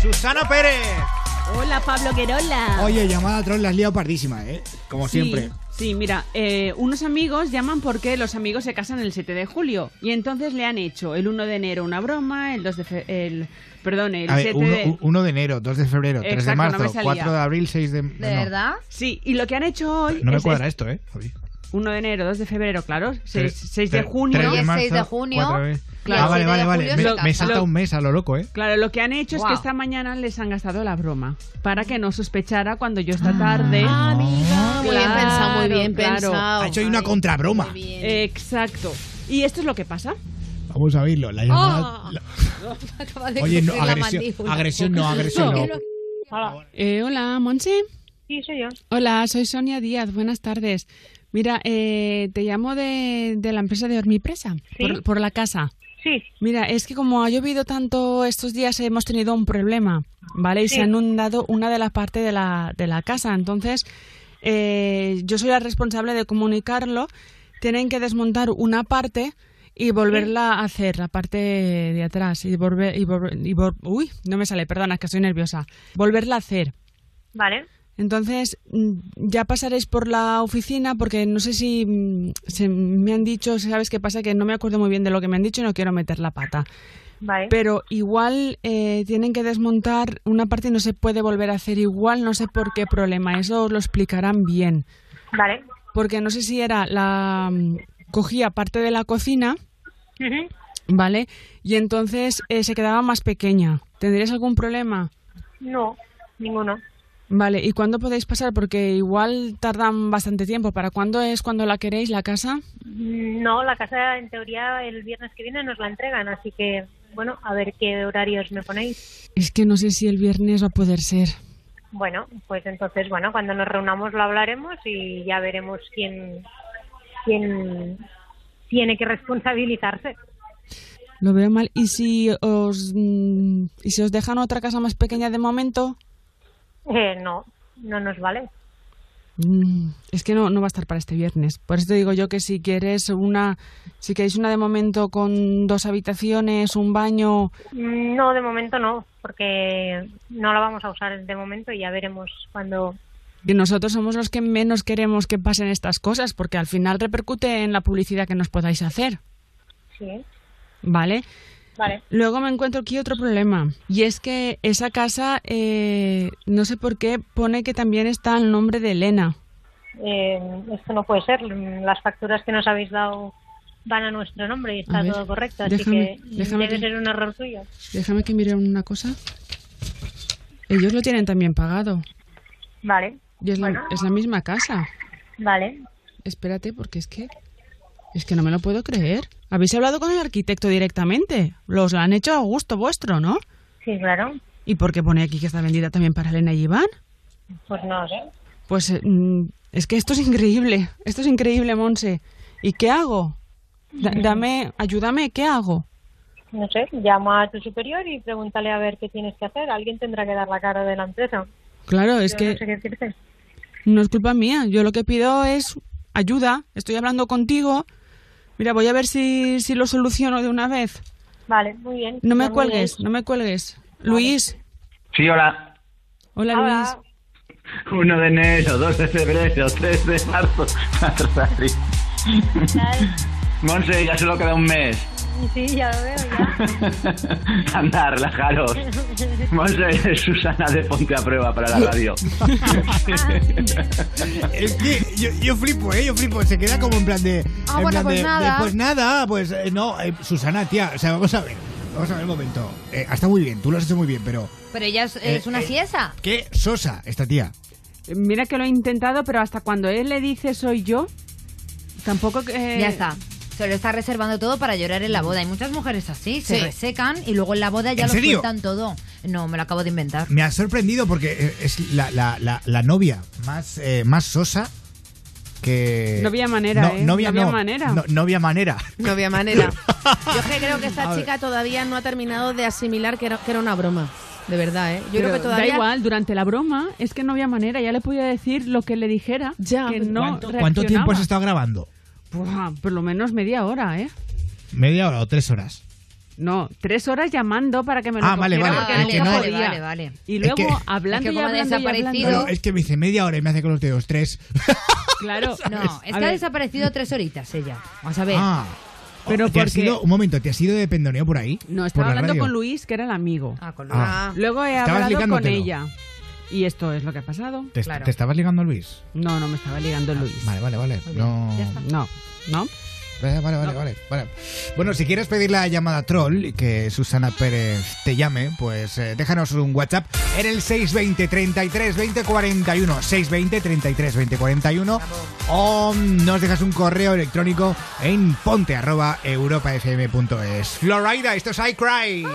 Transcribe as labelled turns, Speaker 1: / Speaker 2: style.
Speaker 1: Susana Pérez.
Speaker 2: Hola Pablo Guerola.
Speaker 1: Oye, llamada troll, las liado pardísima, ¿eh? Como
Speaker 2: Sí,
Speaker 1: siempre.
Speaker 2: Sí, mira, eh, unos amigos llaman porque los amigos se casan el 7 de julio y entonces le han hecho el 1 de enero una broma, el 2 de fe- el perdón, el
Speaker 1: A
Speaker 2: 7
Speaker 1: ver, 1,
Speaker 2: de
Speaker 1: de enero, 2 de febrero, 3 de
Speaker 2: Exacto, no me
Speaker 1: marzo,
Speaker 2: salía.
Speaker 1: 4 de abril, 6 de...
Speaker 3: ¿De verdad?
Speaker 1: Ah,
Speaker 2: Sí, y lo que han hecho hoy
Speaker 1: No me
Speaker 2: es
Speaker 1: cuadra esto, ¿eh? Javi?
Speaker 2: 1 de enero, 2 de febrero, claro, 6,
Speaker 1: Tres-
Speaker 2: de
Speaker 1: tres-
Speaker 2: junio.
Speaker 1: tres
Speaker 3: Y el
Speaker 1: marzo,
Speaker 3: 6 de junio,
Speaker 1: cuatro de-
Speaker 3: claro,
Speaker 1: ah, vale,
Speaker 3: el 7
Speaker 1: vale,
Speaker 3: de
Speaker 1: vale.
Speaker 3: julio
Speaker 1: Me,
Speaker 3: se
Speaker 1: me
Speaker 3: casan.
Speaker 1: salta un mes a lo loco, ¿eh?
Speaker 2: Claro, lo que han hecho es
Speaker 3: Guau.
Speaker 2: que esta mañana les han gastado la broma para que no sospechara cuando yo
Speaker 1: Ah.
Speaker 2: esta tarde.
Speaker 3: Ah, Amiga.
Speaker 4: Muy bien
Speaker 2: Claro,
Speaker 4: pensado, muy bien
Speaker 2: claro.
Speaker 4: pensado.
Speaker 1: ha hecho ahí una contrabroma.
Speaker 3: Ah, Muy bien.
Speaker 2: Exacto. Y esto es lo que pasa.
Speaker 1: Vamos a verlo. La llamada...
Speaker 3: Ah.
Speaker 1: la-
Speaker 3: Acaba de
Speaker 1: Oye, no,
Speaker 3: crujir la
Speaker 1: agresión,
Speaker 3: mandíbula.
Speaker 1: agresión no, agresión no.
Speaker 2: Eh, hola, Monse.
Speaker 5: Sí, soy yo.
Speaker 2: Hola, soy Sonia Díaz. Buenas tardes. Mira, eh, te llamo de, de la empresa de Hormipresa, por, por la casa.
Speaker 5: Sí,
Speaker 2: Mira, es que como ha llovido tanto estos días hemos tenido un problema, ¿vale? Y se
Speaker 5: Sí.
Speaker 2: ha inundado una de las partes de la, de la casa. Entonces, eh, yo soy la responsable de comunicarlo. Tienen que desmontar una parte y volverla a hacer, la parte de atrás. Y volver... Y volver- y vol- uy, no me sale, perdona, es que estoy nerviosa. Volverla a hacer.
Speaker 5: vale.
Speaker 2: Entonces, mm, ya pasaréis por la oficina porque no sé si mm, se me han dicho, ¿sabes qué pasa? Que no me acuerdo muy bien de lo que me han dicho y no quiero meter la pata.
Speaker 5: Vale.
Speaker 2: Pero igual eh, tienen que desmontar una parte y no se puede volver a hacer igual, no sé por qué problema, eso os lo explicarán bien.
Speaker 5: Vale.
Speaker 2: Porque no sé si era la... mm, cogía parte de la cocina,
Speaker 5: Ujú.
Speaker 2: ¿vale? Y entonces eh, se quedaba más pequeña. ¿Tendrías algún problema?
Speaker 5: No, ninguno.
Speaker 2: Vale, ¿y cuándo podéis pasar? Porque igual tardan bastante tiempo. ¿Para cuándo es cuando la queréis la casa?
Speaker 5: Mm, No, la casa en teoría el viernes que viene nos la entregan, así que bueno, a ver qué horarios me ponéis.
Speaker 2: Es que no sé si el viernes va a poder ser.
Speaker 5: Bueno, pues entonces bueno, cuando nos reunamos lo hablaremos y ya veremos quién quién tiene que responsabilizarse.
Speaker 2: Lo veo mal. ¿Y si os mm, y si os dejan otra casa más pequeña de momento?
Speaker 5: Eh, no, no nos vale.
Speaker 2: Mm, es que no, no va a estar para este viernes. Por eso te digo yo que si quieres una si queréis una de momento con dos habitaciones, un baño,
Speaker 5: Mm, No, de momento no, porque no la vamos a usar de momento y ya veremos cuando
Speaker 2: que nosotros somos los que menos queremos que pasen estas cosas porque al final repercute en la publicidad que nos podáis hacer,
Speaker 5: sí.
Speaker 2: ¿vale?
Speaker 5: Vale.
Speaker 2: Luego me encuentro aquí otro problema y es que esa casa, eh, no sé por qué, pone que también está el nombre de Elena.
Speaker 5: eh, esto no puede ser, mm, las facturas que nos habéis dado van a nuestro nombre y
Speaker 2: A
Speaker 5: está
Speaker 2: ver,
Speaker 5: todo correcto, así
Speaker 2: déjame-
Speaker 5: que
Speaker 2: déjame
Speaker 5: debe
Speaker 2: que-
Speaker 5: ser un error tuyo.
Speaker 2: Déjame que mire una cosa. Ellos lo tienen también pagado
Speaker 5: Vale,
Speaker 2: y es,
Speaker 5: Bueno.
Speaker 2: la, es la misma casa.
Speaker 5: vale.
Speaker 2: Espérate porque es que es que no me lo puedo creer. Habéis hablado con el arquitecto directamente. Los lo han hecho a gusto vuestro, ¿no?
Speaker 5: Sí, claro.
Speaker 2: ¿Y por qué pone aquí que está vendida también para Elena y Iván?
Speaker 5: Pues no sé.
Speaker 2: Pues eh, mm, es que esto es increíble, esto es increíble, Monse. ¿Y qué hago? Da- dame, ayúdame, ¿qué hago?
Speaker 5: No sé, llama a tu superior y pregúntale a ver qué tienes que hacer. Alguien tendrá que dar la cara de la empresa.
Speaker 2: Claro, es
Speaker 5: Yo
Speaker 2: que
Speaker 5: no sé qué decirte.
Speaker 2: no es culpa mía, yo lo que pido es ayuda, estoy hablando contigo. Mira, voy a ver si, si lo soluciono de una vez.
Speaker 5: Vale, muy bien.
Speaker 2: No me
Speaker 5: Pues muy
Speaker 2: cuelgues,
Speaker 5: bien.
Speaker 2: no me cuelgues. Luis,
Speaker 6: Sí, hola.
Speaker 2: hola Luis.
Speaker 5: Hola.
Speaker 6: 1 de enero, 2 de febrero, 3 de marzo, 4 de abril. Monse, ya solo queda un mes.
Speaker 5: Sí, ya lo veo, ya.
Speaker 6: Anda, relajaros. Monse es Susana de Ponte a Prueba para la radio.
Speaker 1: Es que yo, yo flipo, ¿eh? Yo flipo. Se queda como en plan de...
Speaker 4: Ah,
Speaker 1: en
Speaker 4: bueno,
Speaker 1: plan
Speaker 4: pues
Speaker 1: de- de,
Speaker 4: nada.
Speaker 1: pues nada, pues eh, no. eh, Susana, tía, o sea, vamos a ver. Vamos a ver un momento. Eh, está muy bien, tú lo has hecho muy bien, pero...
Speaker 3: Pero ella es, es
Speaker 1: Eh,
Speaker 3: una
Speaker 1: eh.
Speaker 3: fiesta.
Speaker 1: Qué sosa esta tía.
Speaker 2: Mira que lo he intentado, pero hasta cuando él le dice soy yo, tampoco...
Speaker 1: eh.
Speaker 3: Ya está. Se lo está reservando todo para llorar en la boda. Hay muchas mujeres así, se
Speaker 2: Sí.
Speaker 3: resecan y luego en la boda ya
Speaker 1: ¿En
Speaker 3: lo
Speaker 1: serio?
Speaker 3: sueltan todo. No, me lo acabo de inventar.
Speaker 1: Me ha sorprendido porque eh, es la, la, la, la novia más, eh, más sosa que...
Speaker 2: No había manera, ¿eh?
Speaker 1: novia
Speaker 2: No había
Speaker 1: no.
Speaker 2: manera.
Speaker 1: No, novia manera.
Speaker 4: No había manera. Yo es que creo que
Speaker 1: A
Speaker 4: esta
Speaker 1: ver.
Speaker 4: chica todavía no ha terminado de asimilar que era, que era una broma. De verdad, ¿eh? Yo creo que
Speaker 2: Pero
Speaker 4: todavía.
Speaker 2: Da igual, durante la broma es que no había manera, ya le podía decir lo que le dijera.
Speaker 4: Ya,
Speaker 2: que
Speaker 4: pero
Speaker 2: no
Speaker 1: ¿Cuánto, cuánto tiempo has
Speaker 2: reaccionaba.
Speaker 1: estado grabando?
Speaker 2: Buah, por lo menos media hora, ¿eh?
Speaker 1: ¿Media hora o tres horas?
Speaker 2: No, tres horas llamando para que me lo
Speaker 1: Ah, vale,
Speaker 2: cogiera
Speaker 1: vale,
Speaker 2: porque
Speaker 1: es que
Speaker 2: nunca
Speaker 1: no-
Speaker 2: podía.
Speaker 3: vale, vale.
Speaker 2: Y
Speaker 1: Es
Speaker 2: luego
Speaker 1: que-
Speaker 2: hablando
Speaker 3: es que
Speaker 2: y
Speaker 3: como
Speaker 2: hablando y
Speaker 3: desaparecido-
Speaker 2: hablando.
Speaker 1: No, es que me dice media hora y me hace con los dedos tres.
Speaker 2: Claro.
Speaker 3: No, es
Speaker 2: A
Speaker 3: que ha
Speaker 2: ver,
Speaker 3: desaparecido tres horitas ella. Vamos a ver.
Speaker 1: Ah.
Speaker 2: Pero
Speaker 1: ¿Te has
Speaker 2: porque-
Speaker 1: ido- un momento, ¿te has ido de pendoneo por ahí?
Speaker 2: No,
Speaker 1: ¿Por
Speaker 2: estaba
Speaker 1: la
Speaker 2: hablando
Speaker 1: radio?
Speaker 2: con Luis, que era el amigo.
Speaker 3: Ah, con
Speaker 1: Ah.
Speaker 2: Luego he
Speaker 1: Estabas
Speaker 2: hablado con
Speaker 1: ligándotelo.
Speaker 2: ella. Y esto es lo que ha pasado.
Speaker 1: ¿Te,
Speaker 3: Claro.
Speaker 1: te estabas ligando a Luis?
Speaker 2: No, no me estaba ligando Luis.
Speaker 1: Vale, vale, vale.
Speaker 3: Muy bien,
Speaker 1: No.
Speaker 3: ya está.
Speaker 2: No, no.
Speaker 1: Vale, vale, vale, vale, vale. Bueno, si quieres pedir la llamada troll y que Susana Pérez te llame, pues eh, déjanos un WhatsApp en el 620 33 20 41. 620 33 20 41. O nos dejas un correo electrónico en ponte arroba europafm.es. Florida, esto es I Cry.